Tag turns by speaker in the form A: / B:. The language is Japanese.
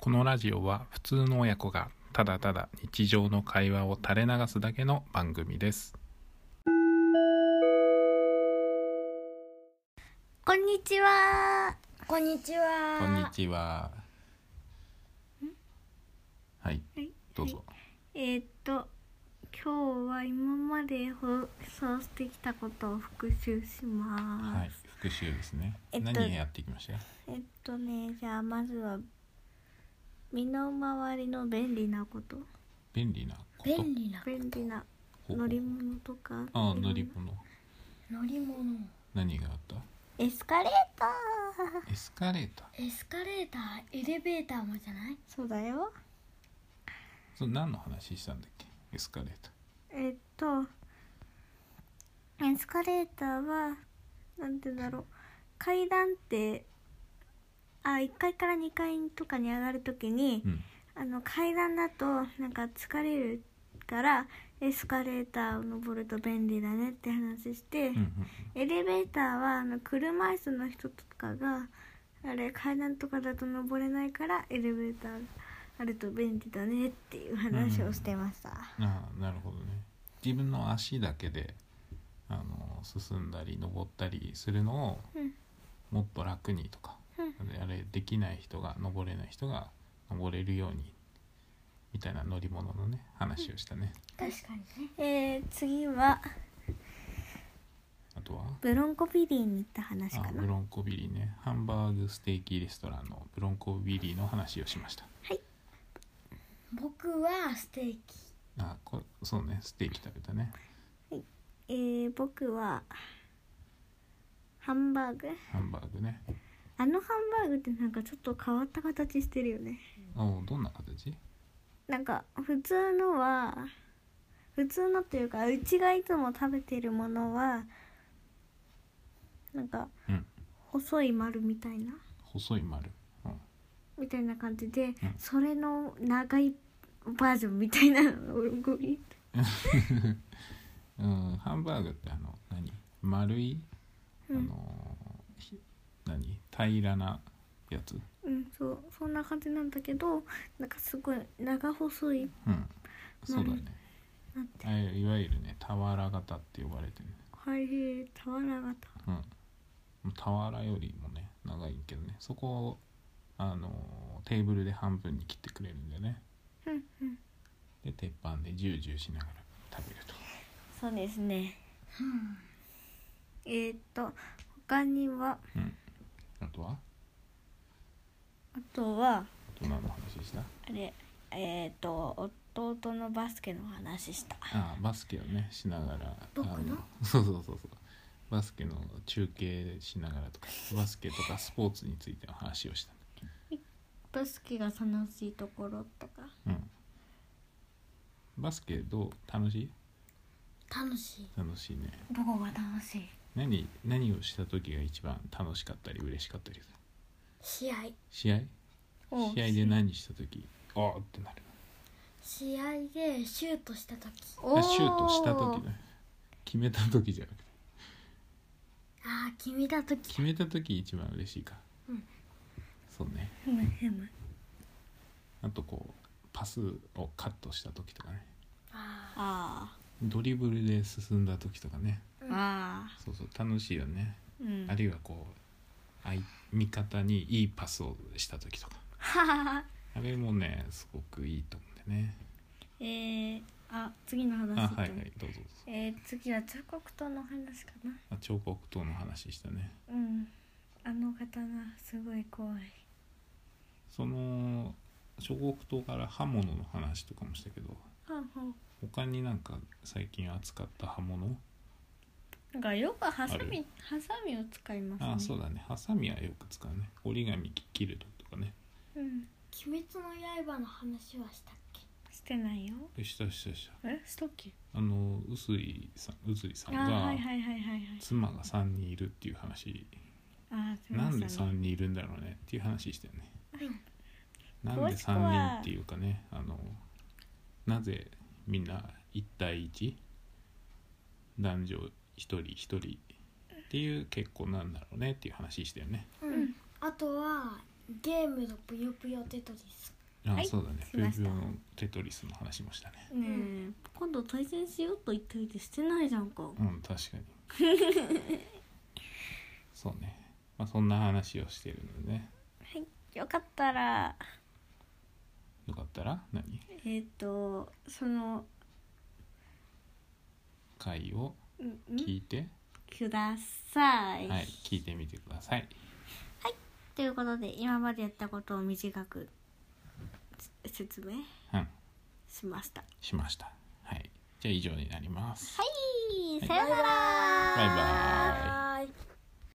A: このラジオは普通の親子がただただ日常の会話を垂れ流すだけの番組です
B: こんにちは。
C: こんにちは。
A: こんにちははいどうぞ
B: えーっと今日は今まで放送してきたことを復習します。
A: はい復習ですね
B: えっと
A: 何やってきました
B: えっとねじゃあまずは身の回りの便利なこと、
A: 便利なこと
C: 便利な
B: 便利な
A: ほう
B: 乗り物とか、
A: ああ乗り物
C: 乗り物。
A: 何があった
B: エスカレーター。
A: エスカレーター
C: エスカレーター、エレベーターもじゃない？
B: そうだよ。
A: それ何の話したんだっけエスカレーター
B: えっとエスカレーターはなんて言うんだろう階段ってあ1階から2階とかに上がるときに、
A: うん
B: あの階段だとなんか疲れるからエスカレーターを登ると便利だねって話して、
A: うんうん
B: エレベーターはあの車椅子の人とかがあれ階段とかだと登れないからエレベーターがあると便利だねっていう話をしてました。
A: うんああなるほどね自分の足だけであの進んだり登ったりするのを
B: うん
A: もっと楽にとか、
B: う
A: であれできない人が登れない人が登れるようにみたいな乗り物のね話をしたね、
C: 確かにね。
B: えー、次は
A: あとは
B: ブロンコビリーに行った話
A: あ
B: かな
A: ブロンコビリーねハンバーグステーキレストランのブロンコビリーの話をしました
C: 僕はステーキ。
A: あこそうねステーキ食べたね
B: えー、僕はハンバーグ
A: ハンバーグね
B: あのハンバーグってなんかちょっと変わった形してるよね
A: おうどんな形
B: なんか普通のは普通のっていうかうちがいつも食べてるものはなんか
A: うん
B: 細い丸みたいな
A: 細い丸、うん、
B: みたいな感じで、それの長いバージョンみたいなのをごめん
A: うん、ハンバーグってあの何丸い、あのひ何平らなやつ、
B: うん、そうそんな感じなんだけどなんかすごい長細い
A: うん、そうだね
B: なんて
A: あれいわゆるね俵型って呼ばれてる、ね
B: はい俵型
A: うん、もう俵よりもね長いけどねそこをあのテーブルで半分に切ってくれるんだよね
B: うんうん
A: で鉄板でジュージューしながら食べると
B: そうですねえー、っと他には
A: あとは
B: あとは
A: 大人の話した
B: あれえー、っと弟のバスケの話した
A: あバスケをねしながら
C: 僕の
A: あ そうそうそうそうバスケの中継しながらとかバスケとかスポーツについての話をした
B: バスケが楽しいところとか
A: うんバスケどう楽しい
C: 楽しい。
A: 楽しいね
C: どこが楽しい？
A: 何何をした時が一番楽しかったり嬉しかったりする
C: 試合。
A: 試合
B: お
A: 試合で何した時あーってなる
C: 試合でシュートした時。
B: お
A: あシュートした時ね決めた時じゃなくて
C: ああ、君だ時。
A: 決めた時一番嬉しいか、
C: うん
A: そうね
B: ふむふむ
A: あとこうパスをカットした時とかね
C: あ
B: あ
A: ドリブルで進んだ時とかね
B: ーあ
A: そうそう楽しいよね、
B: ーうん
A: あるいはこう相味方にいいパスをした時とか
B: ははは
A: あれもねすごくいいと思うんだよね
B: えー、あ次の話
A: あ
B: 行って
A: はい
B: も
A: はいどうぞどうぞ
B: えー、次は彫刻刀の話かな
A: あ彫刻刀の話したね
B: うんあの刀すごい怖い
A: その彫刻刀から刃物の話とかもしたけど
B: はんはん
A: 他になんか最近扱った刃物
B: なんかよくハサ
A: ある
B: ミハサミを使いますね
A: あそうだねハサミはよく使うね折り紙切るとかね
B: うん
C: 鬼滅の刃の話はしたっけ？
B: してないよ
A: でしたしたした
B: えしとっけ
A: あの臼井さん臼井さ
B: あ
A: ん
B: ー
A: が、
B: はいはいはいはいはい
A: 妻が3人いるっていう話
B: あーすい
A: な
B: ませ
A: ん
B: ん
A: で3人いるんだろうねっていう話したよねなんで
B: 詳しくは
A: 3人っていうかねあのなぜみんな1対1男女1人1人っていう結婚なんだろうねっていう話したよね
C: うん。あとはゲームのぷよぷよテトリス
A: あ、
B: はい
A: そうだね
B: し
A: ぷよ
B: まし
A: ぷ
B: た
A: よのテトリスの話もしたね
B: ねえ、今度対戦しようと言っておいてしてないじゃんか
A: うん確 かにそうねまあそんな話をしてるのでね
B: はいよかったら
A: よかったら何
B: えっ、とその
A: 回を
B: んん
A: 聞いて、
B: ください、
A: はい、聞いてみてください
B: ということで今までやったことを短くせ説明
A: うん
B: しましたは
A: しましたはいじゃあ以上になります
B: いさ
A: バ
B: よなら
A: イバーイ
C: はーい